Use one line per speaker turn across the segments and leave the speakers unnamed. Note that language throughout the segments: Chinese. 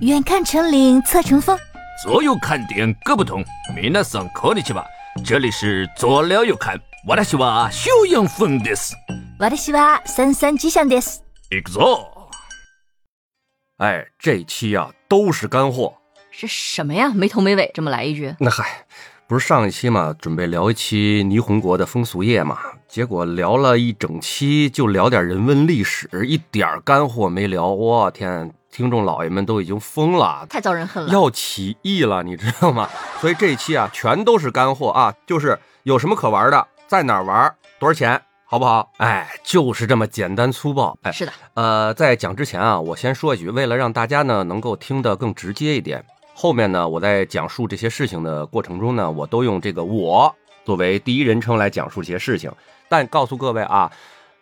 远看成岭侧成峰。
左右看点各不同。皆さんこんにちは，这里是左聊右看，私は修养分です。
私は三三吉祥です。
行くぞ！
哎，这期啊都是干货。
是什么呀？没头没尾这么来一句，
那嗨，不是上一期嘛，准备聊一期霓虹国的风俗业嘛，结果聊了一整期，就聊点人文历史，一点儿干货没聊。我天，听众老爷们都已经疯了。
太招人恨了。
要起义了，你知道吗？ 所以这一期啊，全都是干货啊，就是有什么可玩的，在哪儿玩，多少钱，好不好？哎，就是这么简单粗暴。哎，
是的，
呃，在讲之前啊，我先说一句，为了让大家呢能够听得更直接一点，后面呢我在讲述这些事情的过程中呢，我都用这个我作为第一人称来讲述这些事情。但告诉各位啊，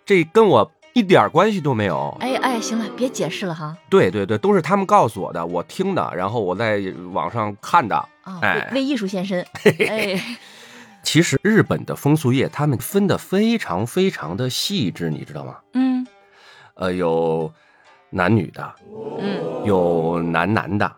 这跟我一点儿关系都没有。
哎哎，行了，别解释了哈。
对对对，都是他们告诉我的，我听的，然后我在网上看的。
啊，
哎
为为艺术献身。哎，
其实日本的风俗业他们分得非常非常的细致，你知道吗？
嗯
呃，有男女的，
嗯
有男男的，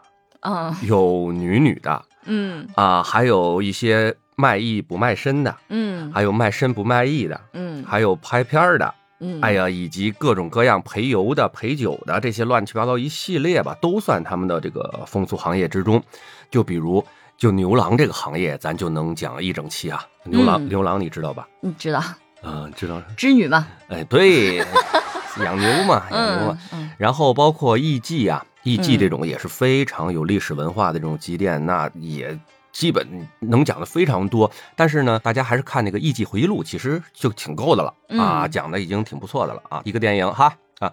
嗯
有女女的
嗯
啊、还有一些卖艺不卖身的，
嗯
还有卖身不卖艺的，
嗯
还有拍片儿的，
嗯，
哎，呀，以及各种各样陪游的、陪酒的这些乱七八糟一系列吧，都算他们的这个风俗行业之中。就比如，就牛郎这个行业，咱就能讲一整期啊。牛郎，
嗯
牛郎你知道吧？
你知道
嗯、知道。
织女嘛？
哎，对，养牛嘛，养牛
嗯
嘛。
嗯
然后包括艺妓啊，艺妓
嗯
这种也是非常有历史文化的这种积淀，那也基本能讲的非常多。但是呢，大家还是看那个《艺妓回忆录》，其实就挺够的了啊，
嗯
讲的已经挺不错的了啊，一个电影哈啊。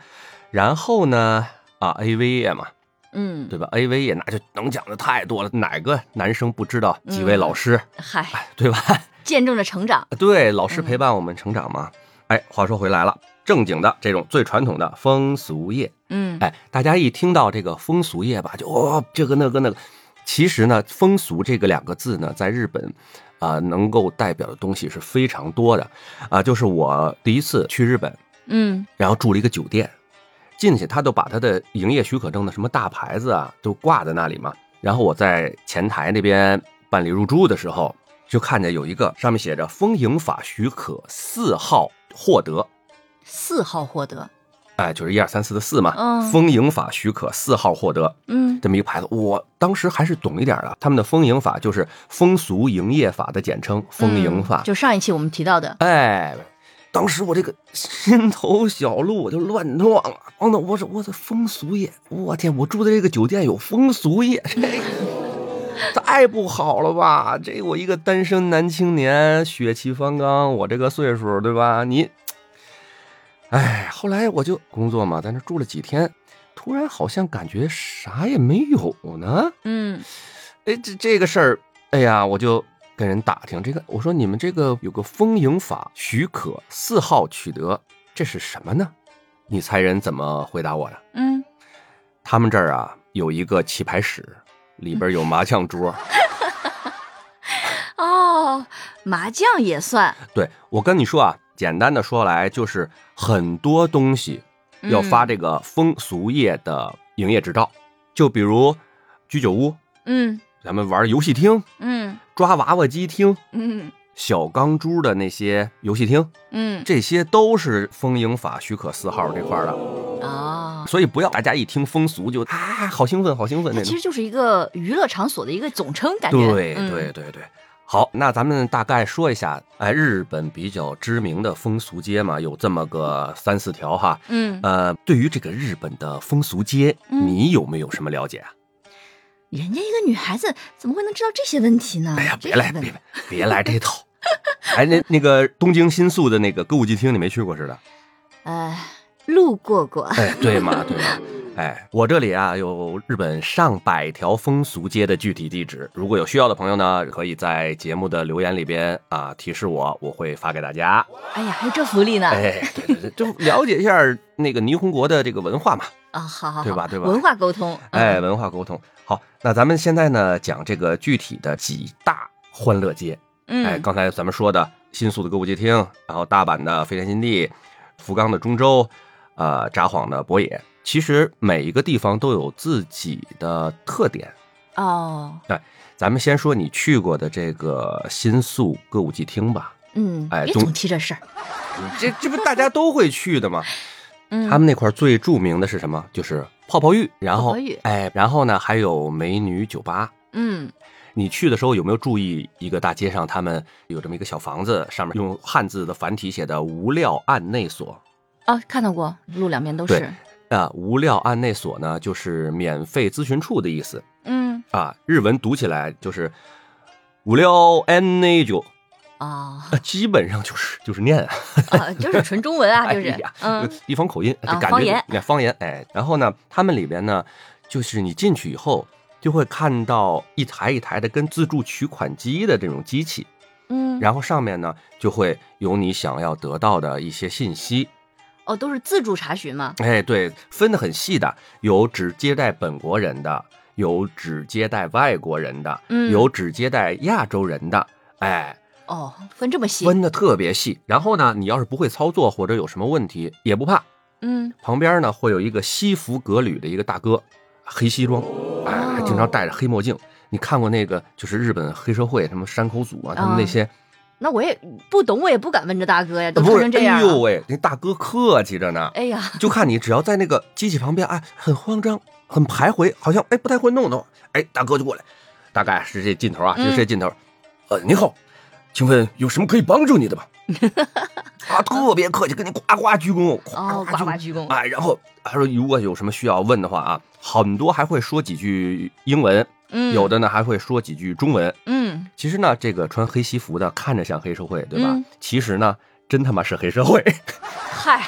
然后呢，啊，AV 业嘛，
嗯，
对吧？AV 业那就能讲的太多了，哪个男生不知道几位老师，
嗯嗨，
对吧？
见证着成长。
对，老师
嗯
陪伴我们成长嘛。哎，话说回来了，正经的这种最传统的风俗业，
嗯，
哎，大家一听到这个风俗业吧，就哦，这个那个那个。其实呢，风俗这个两个字呢，在日本，啊、能够代表的东西是非常多的，啊、就是我第一次去日本，
嗯
然后住了一个酒店，进去他都把他的营业许可证的什么大牌子啊都挂在那里嘛。然后我在前台那边办理入住的时候，就看见有一个上面写着“风营法许可四号获得”，
四号获得。
哎，就是一二三四的四嘛，
嗯
风营法许可四号获得。
嗯
这么一个牌子，我当时还是懂一点的。他们的风营法就是风俗营业法的简称，风营
嗯
法、
就上一期我们提到的。
哎，当时我这个心头小鹿我就乱撞了。哦，那我说我的风俗业，我天，我住的这个酒店有风俗业，这个太不好了吧？这我一个单身男青年，血气方刚，我这个岁数，对吧？你，哎，后来我就工作嘛，在那住了几天，突然好像感觉啥也没有呢。
嗯
哎，这这个事儿，哎呀，我就跟人打听这个，我说你们这个有个风营法许可四号取得，这是什么呢？你猜人怎么回答我的？
嗯，
他们这儿啊有一个棋牌室，里边有麻将桌。
哦，麻将也算。
对我跟你说啊，简单的说来就是很多东西要发这个风俗业的营业执照，就比如居酒屋，
嗯
咱们玩游戏厅、
嗯
抓娃娃机厅、
嗯
小钢珠的那些游戏厅。
嗯。
这些都是风营法许可四号这块儿的，
哦。
所以不要大家一听风俗就啊，好兴奋，好兴奋
它
那
其
种
实。就是一个娱乐场所的一个总称，感觉
对
嗯
对对对，好，那咱们大概说一下，哎，日本比较知名的风俗街嘛，有这么个三四条哈。
嗯，
呃，对于这个日本的风俗街，
嗯
你有没有什么了解啊？
人家一个女孩子怎么会能知道这些问题呢？
哎呀，别
这
来，
是问
别来别来这套。哎，那那个东京新宿的那个歌舞伎町，你没去过似的？
呃，路过过，
哎，对嘛，对嘛。哎，我这里啊有日本上百条风俗街的具体地址，如果有需要的朋友呢，可以在节目的留言里边啊提示我，我会发给大家。
哎呀，还有这福利呢！
哎，对对对，就了解一下那个霓虹国的这个文化嘛，
啊，好好好，
对吧对吧
文化沟通，
哎，
嗯，
文化沟通。好，那咱们现在呢讲这个具体的几大欢乐街。哎，
嗯，
刚才咱们说的新宿的歌舞伎町，然后大阪的飞田新地，福冈的中州，呃札幌的博野。其实每一个地方都有自己的特点。
哦，
咱们先说你去过的这个新宿歌舞伎町吧，
嗯，
哎
别
总
总提这事儿。
这这不大家都会 去的吗？
嗯，
他们那块儿最著名的是什么？就是泡泡浴，然后
泡泡浴
哎，然后呢还有美女酒吧。
嗯
你去的时候有没有注意一个大街上，他们有这么一个小房子，上面用汉字的繁体写的“无料案内所
哦，看到过，路两边都
对
是。”
啊？“无料案内所”呢，就是免费咨询处的意思
嗯，
啊。日文读起来就是“无料案内所啊
哦，”，
基本上就是就是念啊。
哦，就是纯中文 啊，就是
哎呀，
嗯，
地方口音，
啊
这感觉
方言
哎方言，哎，然后呢，他们里边呢，就是你进去以后，就会看到一台一台的跟自助取款机的这种机器，
嗯，
然后上面呢就会有你想要得到的一些信息，
哦，都是自助查询嘛。
哎，对，分的很细的，有只接待本国人的，有只接待外国人的，
嗯
有只接待亚洲人的，哎，
哦，分这么细。
分的特别细。然后呢，你要是不会操作或者有什么问题，也不怕，
嗯，
旁边呢会有一个西服革履的一个大哥，黑西装，哎，还经
哦
常戴着黑墨镜。你看过那个就是日本黑社会什么山口组啊，他们那些、
那我也不懂，我也不敢问这大哥呀，都
不
穿
是
成这样
哎呦
了。
喂，那大哥客气着呢，
哎呀，
就看你只要在那个机器旁边，哎，很慌张，很徘徊，好像哎不太会弄的话，哎，大哥就过来，大概是这劲头啊，
嗯
是这劲头。呃，您好，请问有什么可以帮助你的 吗？啊，特别客气，跟你呱呱鞠躬，
哦，呱呱
躬
鞠躬。
哎，然后他说如果有什么需要问的话啊，很多还会说几句英文，
嗯，
有。的呢还会说几句中文。
嗯，
其实呢，这个穿黑西服的看着像黑社会，对吧？
嗯
其实呢，真他妈是黑社会，
嗨，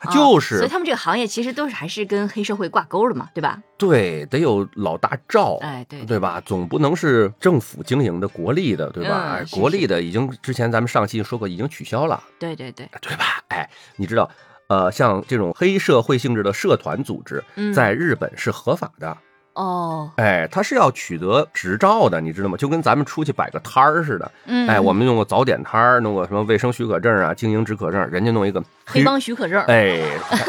啊
就是、
所以他们这个行业其实都是还是跟黑社会挂钩的嘛，对吧？
对，得有老大罩。
哎，对，
对吧？总不能是政府经营的、国力的，对吧？
嗯
哎
是
国
是
力的已经之前咱们上期说过，已经取消了，
对对对，
对吧？哎，你知道，呃，像这种黑社会性质的社团组织，
嗯
在日本是合法的。
哦，
哎，他是要取得执照的，你知道吗？就跟咱们出去摆个摊儿似的。
嗯，
哎，我们弄个早点摊儿，弄个什么卫生许可证啊、经营许可证，人家弄一个
黑帮许可证，
哎，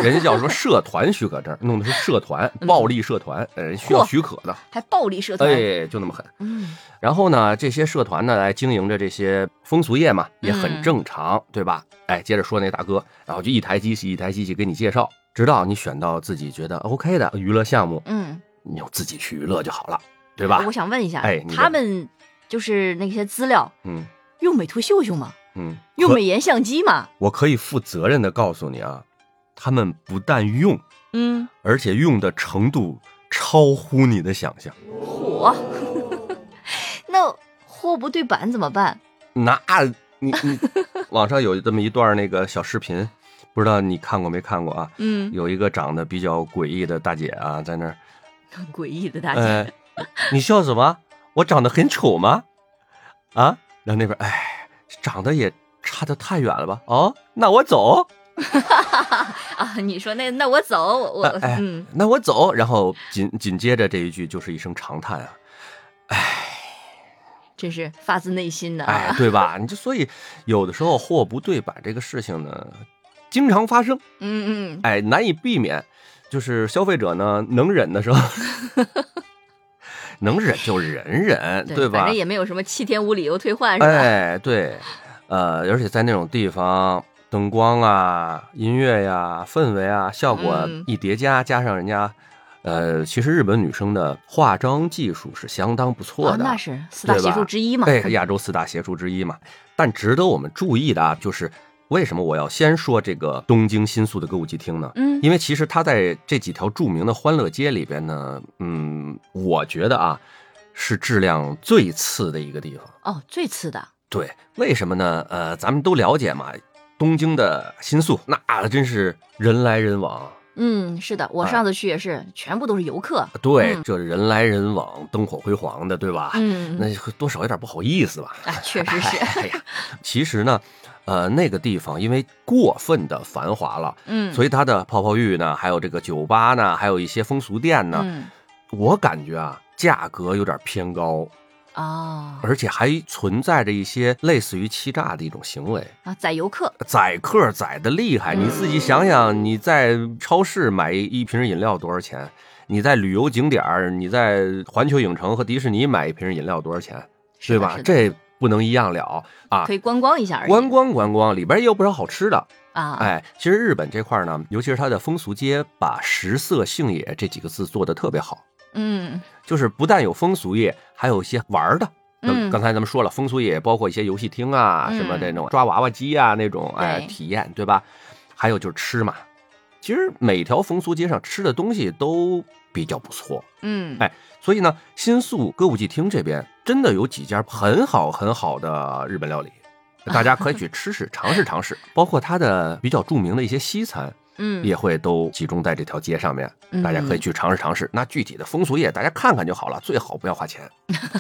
人家叫什么社团许可证，弄的是社团，暴力社团，哎人需要
嗯嚯
许可的。
还暴力社团，
哎，就那么狠。
嗯
然后呢，这些社团呢来经营着这些风俗业嘛，也很
嗯
正常，对吧？哎，接着说那大哥，然后就一台机器一台机器给你介绍，直到你选到自己觉得 OK 的娱乐项目，
嗯，
你就自己去娱乐就好了，对吧
我？想问一下，
哎你
他
问
们就是那些资料
嗯
用美图秀秀吗？
嗯，
用
可
美颜相机吗？
我可以负责任的告诉你啊，他们不但用，
嗯，
而且用的程度超乎你的想象。
火， 那货不对版怎么办？
那你 你网上有这么一段那个小视频，不知道你看过没看过啊？
嗯，
有一个长得比较诡异的大姐啊，在那儿，
诡异的大姐，
呃，你笑什么？我长得很丑吗？啊？然后那边，哎，长得也差得太远了吧？哦，那我走。
啊，你说那那我走，我我、
哎
嗯，
那我走。然后紧紧接着这一句就是一声长叹啊，
真是发自内心的
哎
啊，，
对吧？你就所以有的时候货不对版这个事情呢，经常发生，
嗯嗯，
哎，难以避免。就是消费者呢，能忍的时候， 能忍就忍忍，
对
吧？
反正也没有什么七天无理由退换是吧？
哎，对，呃，而且在那种地方，灯光啊、音乐呀、氛围啊、效果啊
嗯
一叠加，加上人家，呃，其实日本女生的化妆技术是相当不错
啊
的，
那是四大
对
邪
吧哎
术之一嘛，
对，亚洲四大邪术之一嘛。但值得我们注意的啊，就是为什么我要先说这个东京新宿的歌舞伎町呢？
嗯
因为其实它在这几条著名的欢乐街里边呢，嗯，我觉得啊，是质量最次的一个地方。
哦，最次的，
对，为什么呢？呃，咱们都了解嘛，东京的新宿那真是人来人往，
嗯，是的，我
哎
上次去也是，全部都是游客，
对，
嗯
这人来人往，灯火辉煌的，对吧？
嗯，
哎那多少有点不好意思 吧？
啊，确实是，
哎呀，其实呢，呃，那个地方因为过分的繁华了，
嗯，
所
以
以它的泡泡浴呢，还有这个酒吧呢，还有一些风俗店呢，
嗯，
我感觉啊，价格有点偏高。
哦
而且还存在着一些类似于欺诈的一种行为。
啊，宰游客，
宰客宰的厉害，你自己想想，你在超市买一瓶饮料多少钱？你在旅游景点儿，你在环球影城和迪士尼买一瓶饮料多少钱？
是
对
的
吧？
是的
这不能一样了啊
可！以观光一下而已。
观光观光，里边也有不少好吃的。
啊，
哎，其实日本这块儿呢，尤其是它的风俗街，把“食色性也”这几个字做的特别好，
嗯
就是不但有风俗业，还有一些玩儿的。
嗯
嗯，刚才咱们说了，风俗业包括一些游戏厅啊，
嗯
什么这种抓娃娃机啊那种，哎
对，
体验对吧？还有就是吃嘛，其实每条风俗街上吃的东西都比较不错，
嗯，
哎所以呢，新宿歌舞伎町这边真的有几家很好很好的日本料理，大家可以去 吃吃尝试尝试，包括它的比较著名的一些西餐
嗯
也会都集中在这条街上面，大家可以去尝试尝试。那具体的风俗业，大家看看就好了，最好不要花 钱，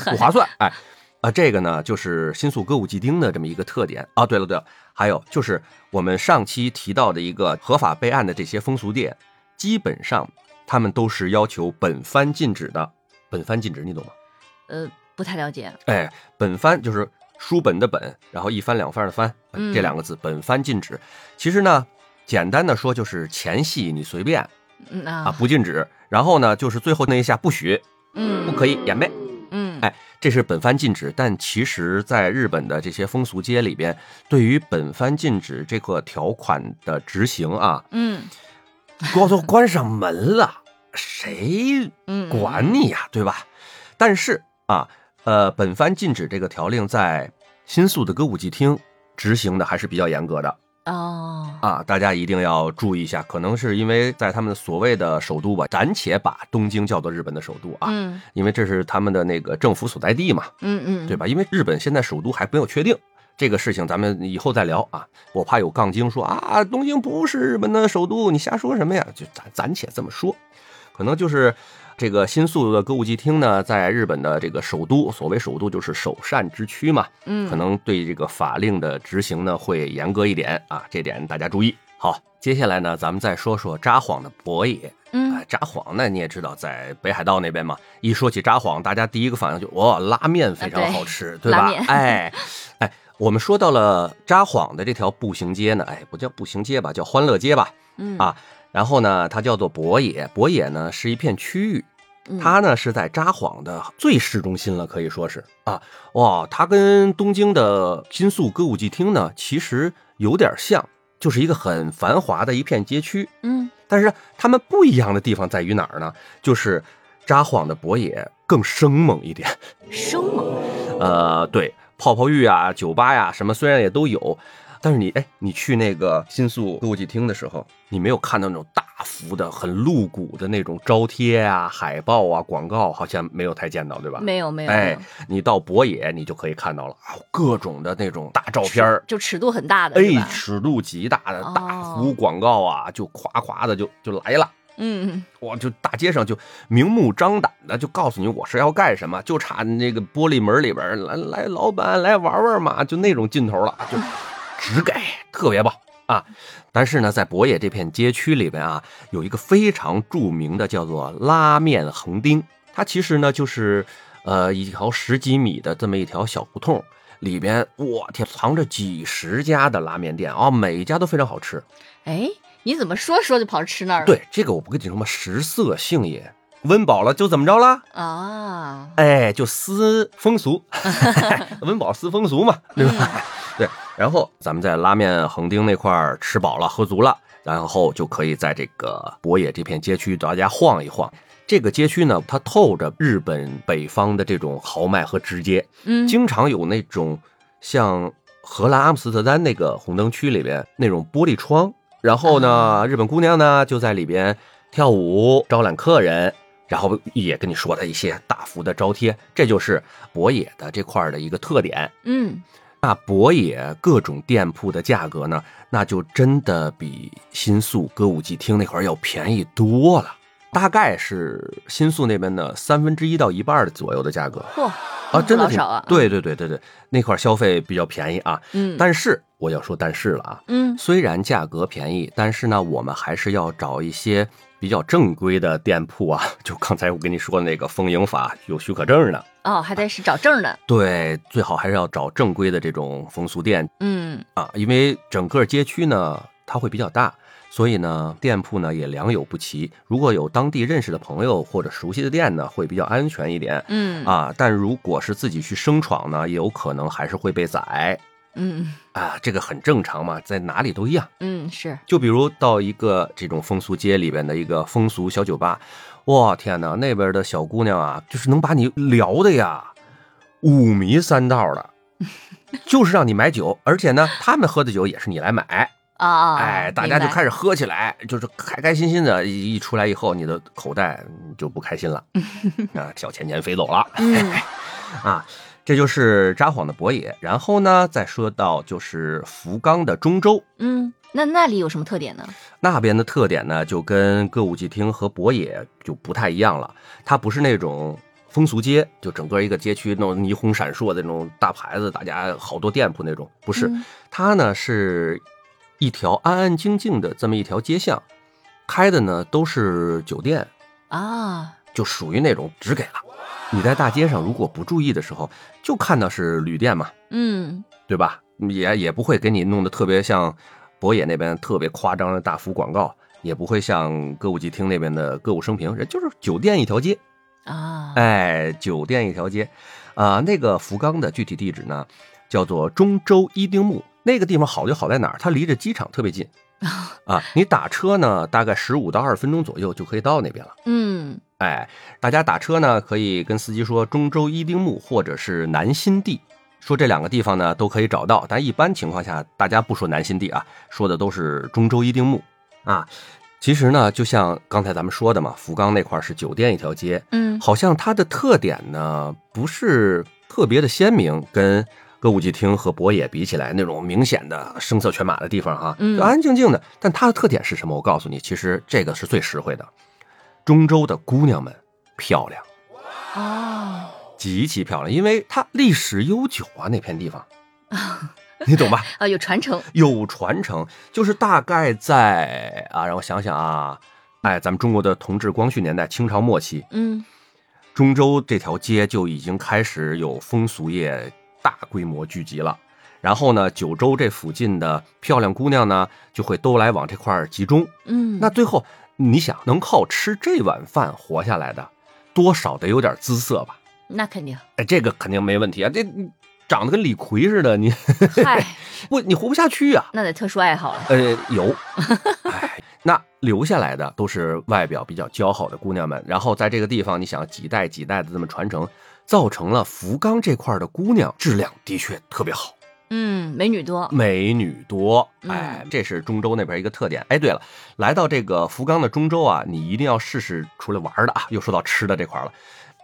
不划算。哎，啊，这个呢就是新宿歌舞伎町的这么一个特点啊。对了对了，还有就是我们上期提到的一个合法备案的这些风俗店，基本上他们都是要求本番禁止的。本番禁止，你懂吗？
呃不太了解，
哎，本番就是书本的本，然后一翻两翻的翻，
嗯
这两个字，本番禁止。其实呢，简单的说就是前戏你随便，
嗯
啊，
啊，
不禁止。然后呢，就是最后那一下不许，不
嗯
可以演呗。
嗯
哎，这是本番禁止。但其实，在日本的这些风俗街里边，对于本番禁止这个条款的执行啊，
嗯
都 都关上门了，谁
嗯，
管你呀、对吧？但是啊，呃，本番禁止这个条令在新宿的歌舞伎町执行的还是比较严格的。
哦，
啊，大家一定要注意一下，可能是因为在他们所谓的首都吧，暂且把东京叫做日本的首都啊，
嗯
因为这是他们的那个政府所在地嘛，
嗯嗯，
对吧？因为日本现在首都还没有确定。这个事情咱们以后再聊啊，我怕有杠精说啊，东京不是日本的首都，你瞎说什么呀？就咱暂且这么说，可能就是这个新宿的歌舞伎町呢，在日本的这个首都，所谓首都就是首善之区嘛，
嗯，
可能对这个法令的执行呢会严格一点啊，这点大家注意。好，接下来呢，咱们再说说札幌的博野。啊
嗯，
札幌呢，你也知道，在北海道那边嘛，一说起札幌，大家第一个反应就哇、拉面非常好吃，对
啊拉
吧
面？
哎，哎，我们说到了札幌的这条步行街呢，哎，不叫步行街吧，叫欢乐街吧。
嗯
啊然后呢，它叫做博野，博野呢是一片区域，
嗯
它呢是在札幌的最市中心了，可以说是啊，哇，它跟东京的新宿歌舞伎町呢其实有点像，就是一个很繁华的一片街区。
嗯
但是它们不一样的地方在于哪儿呢？就是札幌的博野更生猛一点，
生猛，
呃，对，泡泡浴啊、酒吧呀、什么虽然也都有，但是你哎，你去那个新宿歌舞伎町的时候，你没有看到那种大幅的、很露骨的那种招贴啊、海报啊、广告，好像没有太见到，对吧？
没有没有，没
哎
有，
你到博野你就可以看到了，啊各种的那种大照片儿，
就尺度很大的，是
哎
吧，
尺度极大的
哦
大幅广告啊，就夸夸的就就来了。
嗯
我就大街上就明目张胆的就告诉你我是要干什么，就差那个玻璃门里边儿来来老板来玩玩嘛，就那种劲头了，就直给，特别棒啊！但是呢，在博野这片街区里边啊，有一个非常著名的叫做拉面横丁，它其实呢就是呃一条十几米的这么一条小胡同。里边，我天，藏着几十家的拉面店啊、每一家都非常好吃。
哎，你怎么说说就跑吃那儿了？
对，这个我不跟你说嘛，食色性也，温饱了就怎么着啦？
啊，
哎，就思风俗， 温饱思风俗嘛，对吧？对，然后咱们在拉面横丁那块儿吃饱了喝足了，然后就可以在这个博野这片街区大家晃一晃。这个街区呢，它透着日本北方的这种豪迈和直接，
嗯，
经常有那种像荷兰阿姆斯特丹那个红灯区里边那种玻璃窗，然后呢，日本姑娘呢就在里边跳舞招揽客人，然后也跟你说的一些大幅的招贴，这就是博野的这块儿的一个特点。
嗯
那博野各种店铺的价格呢，那就真的比新宿歌舞伎町那块儿要便宜多了，大概是新宿那边的三分之一到一半儿左右的价格。
嚯
啊，真的
老
挺
少啊，，
对对对对对，那块儿消费比较便宜啊。
嗯，
但是我要说但是了啊，
嗯
虽然价格便宜，但是呢，我们还是要找一些比较正规的店铺啊， 就刚才我跟你说那个风营法有许可证的，
哦，还得是找证的。
对，最好还是要找正规的这种风俗店
嗯，
啊，因为整个街区呢它会比较大，所以呢店铺呢也良莠不齐。如果有当地认识的朋友或者熟悉的店呢，会比较安全一点。
嗯，
啊，但如果是自己去生闯呢，也有可能还是会被宰
嗯
啊，这个很正常嘛，在哪里都一样。
嗯，是，
就比如到一个这种风俗街里边的一个风俗小酒吧，哇天哪，那边的小姑娘啊，就是能把你聊的呀，五迷三道的，就是让你买酒，而且呢，他们喝的酒也是你来买，
啊啊，
哎，大家就
始，
开始喝起来，就是开开心心的。一一出来以后，你的口袋就不开心 了，啊，小钱钱飞走了。
嗯
啊，这就是札幌的博野。然后呢，再说到就是福冈的中州
嗯，那那里有什么特点呢？
那边的特点呢，就跟歌舞伎町和博野就不太一样了。它不是那种风俗街，就整个一个街区那种霓虹闪烁的那种大牌子，大家好多店铺那种，不
不
是。它呢是一条安安静静的这么一条街巷，开的呢都是酒店，
啊，
就属于那种只给了。你在大街上如果不注意的时候，就看到是旅店嘛，
嗯
对吧？也也不会给你弄得特别像博野那边特别夸张的大幅广告，也不会像歌舞伎町那边的歌舞升平，人就是酒店一条街，
啊，
哎，酒店一条街，啊、那个福冈的具体地址呢，叫做中州伊丁木。那个地方好就好在哪儿？它离着机场特别近啊，你打车呢，大概十五到二十分钟左右就可以到那边了。
嗯
大家打车呢，可以跟司机说中州伊丁木或者是南新地，说这两个地方呢都可以找到。但一般情况下，大家不说南新地啊，说的都是中州伊丁木啊。其实呢，就像刚才咱们说的嘛，福冈那块儿是酒店一条街，
嗯
好像它的特点呢不是特别的鲜明，跟歌舞伎町和博野比起来那种明显的声色犬马的地方哈，
嗯
就安安静静的。但它的特点是什么？我告诉你，其实这个是最实惠的。中州的姑娘们漂亮，
啊，
极其漂亮，因为它历史悠久啊，那 片地方，你懂吧？
啊，有传承，
有传承，就是大概在啊，让我想想啊，哎，咱们中国的同治、光绪年代、清朝末期，
嗯
中州这条街就已经开始有风俗业大规模聚集了。然后呢，九州这附近的漂亮姑娘呢，就会都来往这块儿集中。
嗯，
那最后，你想能靠吃这碗饭活下来的，多少得有点姿色吧？
那肯定，
哎，这个肯定没问题啊！这长得跟李逵似的，你
嗨，
不你活不下去啊！
那得特殊爱好了，
呃，有，哎，那留下来的都是外表比较姣好的姑娘们，然后在这个地方，你想几代几代的这么传承，造成了福冈这块的姑娘质量的确特别好，
嗯，美女多，
美女多，
嗯
哎，这是中州那边一个特点。哎，对了，来到这个福冈的中州啊，你一定要试试出来玩的啊，又说到吃的这块了，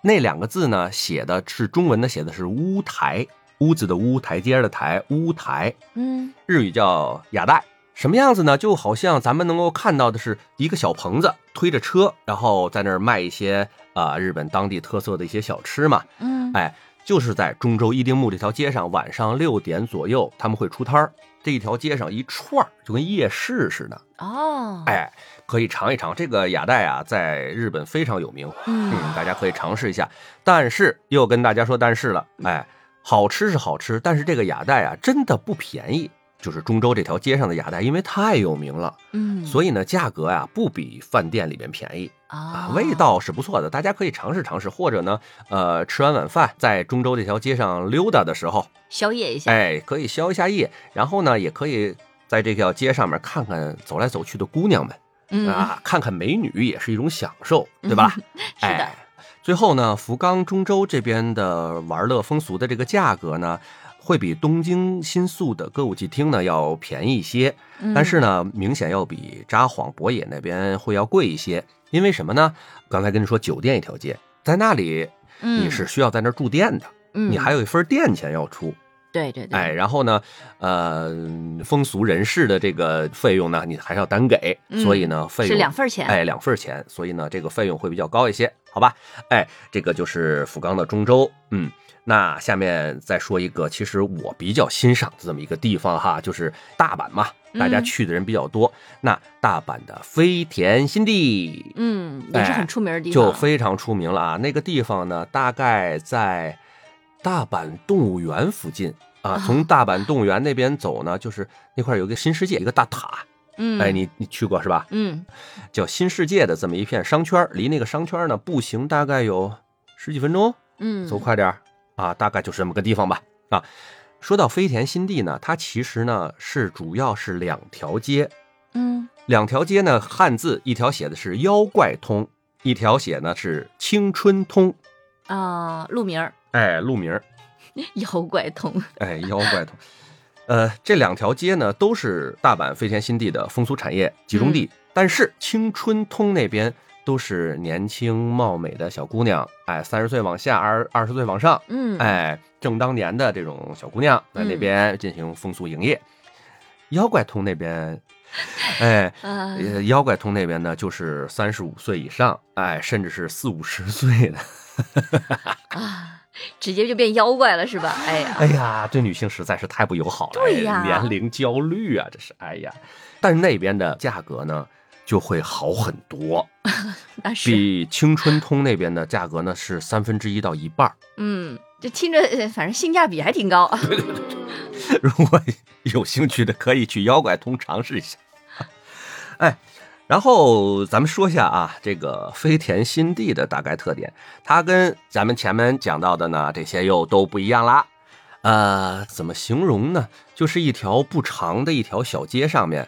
那两个字呢，写的是中文的，写的是屋台，屋子的屋，台阶的台，屋台，
嗯
日语叫雅带。什么样子呢？就好像咱们能够看到的是一个小棚子推着车，然后在那儿卖一些啊、呃日本当地特色的一些小吃嘛。
嗯，
哎，就是在中州伊丁木这条街上，晚上六点左右他们会出摊儿。这一条街上一串儿就跟夜市似的，
哦，
哎，可以尝一尝这个雅带啊，在日本非常有名，
嗯
嗯，大家可以尝试一下。但是又跟大家说但是了，
嗯
哎，好吃是好吃，但是这个雅带啊真的不便宜，就是中州这条街上的雅带，因为太有名了，
嗯，
所
以
以呢价格啊不比饭店里边便宜
啊
啊，，味道是不错的，大家可以尝试尝试，或者呢，呃，吃完晚饭在中州这条街上溜达的时候，
宵夜一下，
哎，可以消一下夜，然后呢也可以。在这条街上面看看走来走去的姑娘们，
嗯，
啊，看看美女也是一种享受，对吧？
是的
哎。最后呢，福冈中州这边的玩乐风俗的这个价格呢，会比东京新宿的歌舞伎町呢要便宜一些，
嗯
但是呢，明显要比札幌博野那边会要贵一些。因为什么呢？刚才跟你说酒店一条街，在那里
嗯
你是需要在那儿住店的，
嗯
你还有一份店钱要出。
对对对，
哎，然后呢，呃，风俗人士的这个费用呢，你还是要单给，
嗯
所以呢，费用
是两份儿钱
哎，两份儿钱，所以呢，这个费用会比较高一些，好吧？哎，这个就是福冈的中州，嗯。那下面再说一个，其实我比较欣赏的这么一个地方哈，就是大阪嘛，大家
嗯
去的人比较多。那大阪的飞田新地，
嗯，也是
哎
很出名的地方，
就非常出名了啊。那个地方呢，大概在大阪动物园附近啊
啊。
从大阪动物园那边走呢，就是那块儿有个新世界，一个大塔。
嗯，
哎，你你去过是吧？
嗯
叫新世界的这么一片商圈儿，离那个商圈儿呢步行大概有十几分钟，
嗯，
走快点儿啊，大概就是这么个地方吧啊。说到飞田新地呢，它其实呢是主要是两条街，
嗯
两条街呢，汉字一条写的是妖怪通，一条写呢是青春通。
啊，路名儿
哎，路名儿，
妖怪通，
哎，妖怪通。呃，这两条街呢都是大阪飞天新地的风俗产业集中地，但是青春通那边都是年轻貌美的小姑娘，哎，三十岁往下，二二十岁往上，
嗯，
哎，正当年的这种小姑娘在那边进行风俗营业。妖怪通那边，哎，
啊，
呃，妖怪通那边呢，就是三十五岁以上，哎，甚至是四五十岁的。
啊，直接就变妖怪了是吧？哎呀，
哎呀，对女性实在是太不友好了，
对呀
哎年龄焦虑啊，这是哎呀。但是那边的价格呢，就会好很多，
那是，
比青春通那边的价格呢是三分之一到一半儿。
嗯，就听着，呃反正性价比还挺高。
如果有兴趣的，可以去妖怪通尝试一下。哎，然后咱们说一下啊，这个飞田新地的大概特点，它跟咱们前面讲到的呢，这些又都不一样啦。呃，怎么形容呢？就是一条不长的一条小街上面，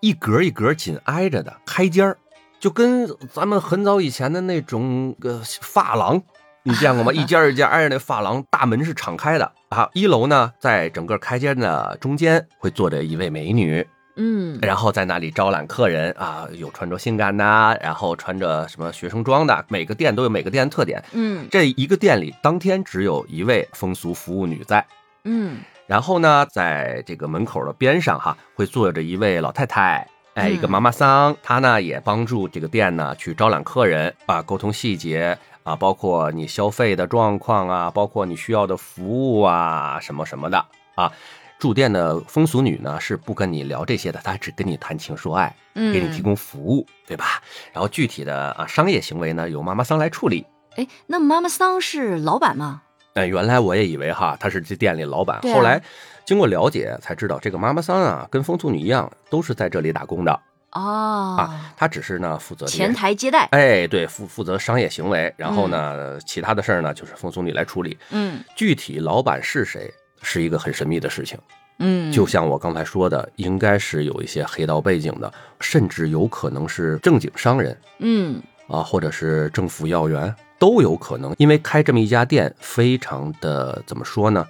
一格一格紧挨着的开间儿，就跟咱们很早以前的那种个发廊 你见过吗？一间儿一间儿挨着那发廊，大门是敞开的啊。一楼呢，在整个开间的中间会坐着一位美女，
嗯
然后在那里招揽客人啊，有穿着性感的，啊然后穿着什么学生装的，每个店都有每个店的特点。
嗯
这一个店里当天只有一位风俗服务女在，
嗯
然后呢，在这个门口的边上哈，会坐着一位老太太，哎，
嗯
一个妈妈桑，她呢也帮助这个店呢去招揽客人啊，沟通细节啊，包括你消费的状况啊，包括你需要的服务啊，什么什么的啊。住店的风俗女呢是不跟你聊这些的，她只跟你谈情说爱，
嗯，
给你提。供服务，对吧？然后具体的啊商业行为呢，由妈妈桑来处理。
哎，那妈妈桑是老板吗？
哎，原来我也以为哈，他是这店里老板，
对啊
后来经过了解才知道，这个妈妈桑啊，跟风俗女一样，都是在这里打工的
哦
啊，。她只是呢负责这些
前。台接待，
哎，对，负负责商业行为，然后呢，其他的事儿呢，就是风俗女来处理。
嗯
具体老板是谁，是一个很神秘的事情。
嗯，
就像我刚才说的，应该是有一些黑道背景的，甚至有可能是正经商人
嗯
啊，或者是政府要员都有可能，因为开这么一家店非常的怎么说呢，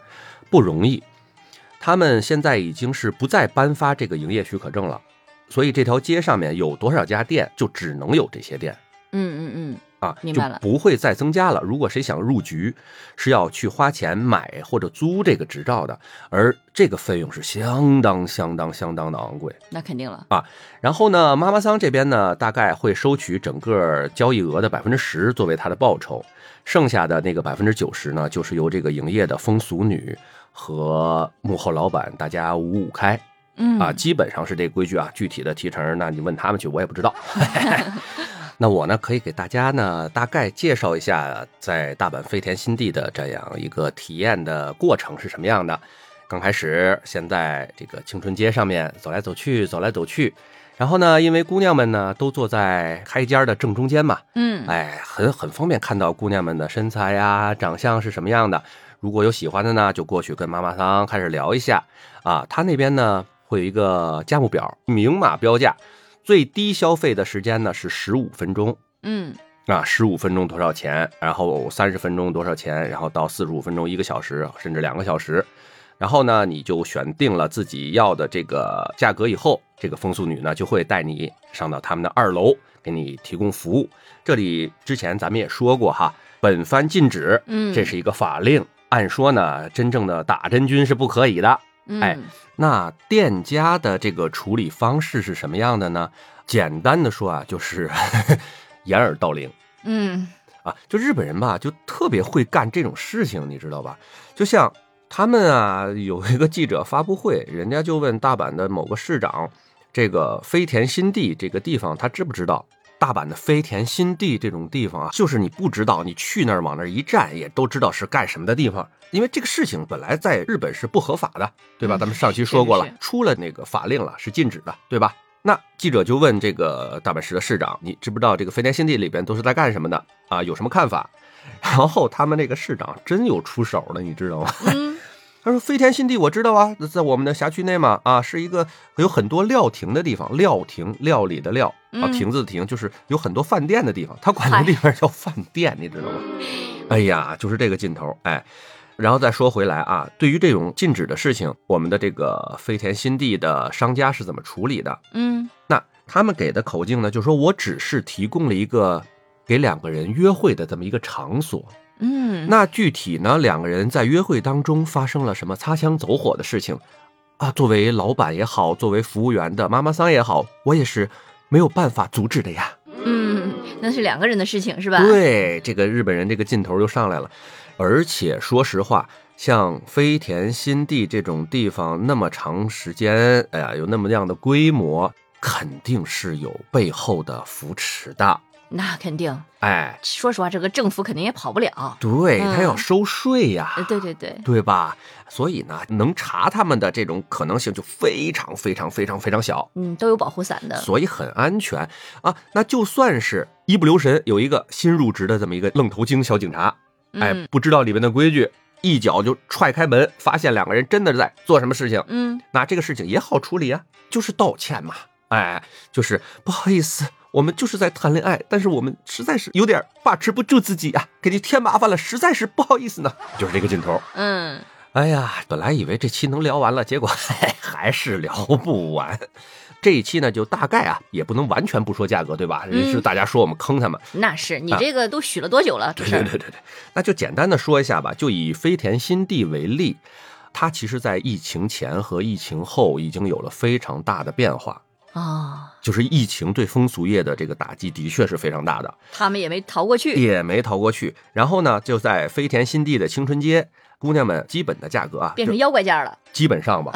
不容易。他们现在已经是不再颁发这个营业许可证了，所以这条街上面有多少家店，就只能有这些店
嗯嗯嗯，
啊，
明
就
白了
不会再增加了。如果谁想入局，是要去花钱买或者租这个执照的，而这个费用是相当相当相当的昂贵。
那肯定了。
啊然后呢，妈妈桑这边呢，大概会收取整个交易额的百分之十作为他的报酬，剩下的那个百分之九十呢，就是由这个营业的风俗女和幕后老板大家五五开
嗯
啊，基本上是这个规矩啊。具体的提成，那你问他们去，我也不知道。 那我呢，可以给大家呢大概介绍一下在大阪飞田新地的这样一个体验的过程是什么样的。刚开始先在这个青春街上面走来走去，走来走去，然后呢，因为姑娘们呢都坐在开间儿的正中间嘛，
嗯
哎，很很方便看到姑娘们的身材呀、长相是什么样的。如果有喜欢的呢，就过去跟妈妈桑开始聊一下啊。他那边呢会有一个价目表，明码标价，最低消费的时间呢是十五分钟
嗯
啊，十五分钟多少钱？然后三十分钟多少钱？然后到四十五分钟一个小时，甚至两个小时。然后呢，你就选定了自己要的这个价格以后，这个风俗女呢就会带你上到他们的二楼，给你提供服务。这里之前咱们也说过哈，本番禁止，
嗯
这是一个法令。按说呢，真正的打真菌是不可以的。
嗯，
哎那店家的这个处理方式是什么样的呢？简单的说啊，就是 掩耳盗铃
嗯，
啊。就日本人吧，就特别会干这种事情，你知道吧？就像他们啊，有一个记者发布会，人家就问大阪的某个市长，这个飞田新地这个地方，他知不知道？大阪的飞田新地这种地方啊，就是你不知道，你去那儿往那儿一站，也都知道是干什么的地方。因为这个事情本来在日本是不合法的，对吧？
嗯
咱们上期说过了
是是，
出了那个法令了，是禁止的，对吧？那记者就问这个大阪市的市长，你知不知道这个飞田新地里边都是在干什么的啊？有什么看法？然后他们那个市长真有出手了，你知道吗？
嗯，
他说：“飞天新地我知道啊，在我们的辖区内嘛，啊，是一个有很多料亭的地方，料亭料理的料啊，
嗯
亭子的亭，就是有很多饭店的地方，他管那
嗨
地方叫饭店，你知道吗？哎呀，就是这个劲头，哎。”然后再说回来啊，对于这种禁止的事情，我们的这个飞田新地的商家是怎么处理的？
嗯，
那他们给的口径呢，就说我只是提供了一个给两个人约会的这么一个场所，
嗯，
那具体呢，两个人在约会当中发生了什么擦枪走火的事情啊？作为老板也好，作为服务员的妈妈桑也好，我也是没有办法阻止的呀。
嗯，那是两个人的事情是吧？，
对，这个日本人这个劲头就上来了，而且说实话。像飞田新地这种地方，那么长时间，哎呀，有那么样的规模，肯定是有背后的扶持的。
那肯定。
哎，
说实话，这个政府肯定也跑不了。
对，他要
嗯
收税呀、
呃对对对，
对吧？所以呢，能查他们的这种可能性就非常非常非常非常小，
嗯，都有保护伞的。
所以很安全啊。那就算是一不留神有一个新入职的这么一个愣头青小警察，哎
嗯，
不知道里面的规矩，一脚就踹开门，发现两个人真的在做什么事情，
嗯，
那这个事情也好处理啊，就是道歉嘛，哎，就是不好意思。我们就是在谈恋爱，但是我们实在是有点把持不住自己啊，给你添麻烦了，实在是不好意思呢，就是这个劲头。
嗯，
哎呀，本来以为这期能聊完了，结果 嘿还是聊不完。这一期呢，就大概啊，也不能完全不说价格，对吧？
嗯
是大家说我们坑他们，
那是你
啊
这个都许了多久了？这
对
事
对
儿，
对对对。那就简单的说一下吧，就以飞田新地为例，它其实在疫情前和疫情后已经有了非常大的变化。
哦，
就是疫情对风俗业的这个打击的确是非常大的，
他们也没逃过去。
也没逃过去。然后呢，就在飞田新地的青春街，姑娘们基本的价格啊，
变
就
成妖怪价了，
基 本上吧，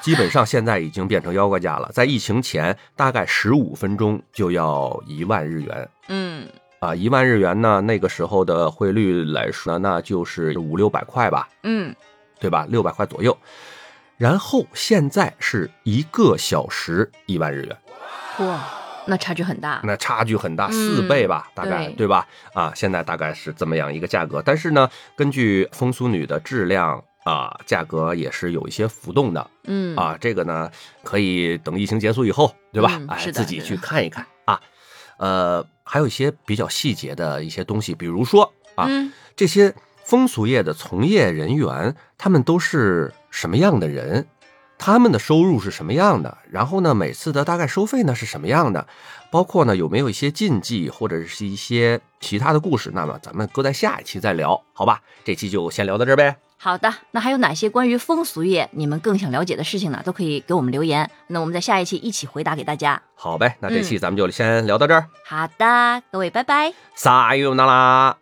基本上现在已经变成妖怪价了。在疫情前，大概十五分钟就要一万日元
嗯
啊，一万日元呢，那个时候的汇率来说呢，那就是五六百块吧，
嗯，
对吧？六百块左右。然后现在是一个小时一万日元，
哇，那差距很大，
那差距很大，
嗯
四倍吧，大概
对
对吧？啊，现在大概是这么样一个价格，但是呢，根据风俗女的质量啊，价格也是有一些浮动的。
嗯，
啊，这个呢可以等疫情结束以后，对吧？
嗯
哎，
是的
自己
是
去
的
看一看啊。呃，还有一些比较细节的一些东西，比如说啊，
嗯
这些风俗业的从业人员，他们都是什么样的人？他们的收入是什么样的？然后呢，每次的大概收费呢是什么样的？包括呢有没有一些禁忌或者是一些其他的故事？那么咱们搁在下一期再聊，好吧？这期就先聊到这儿呗。
好的，那还有哪些关于风俗业你们更想了解的事情呢？都可以给我们留言，那我们在下一期一起回答给大家。嗯
好呗，那这期咱们就先聊到这儿。
好的，各位，拜拜。
撒由那拉。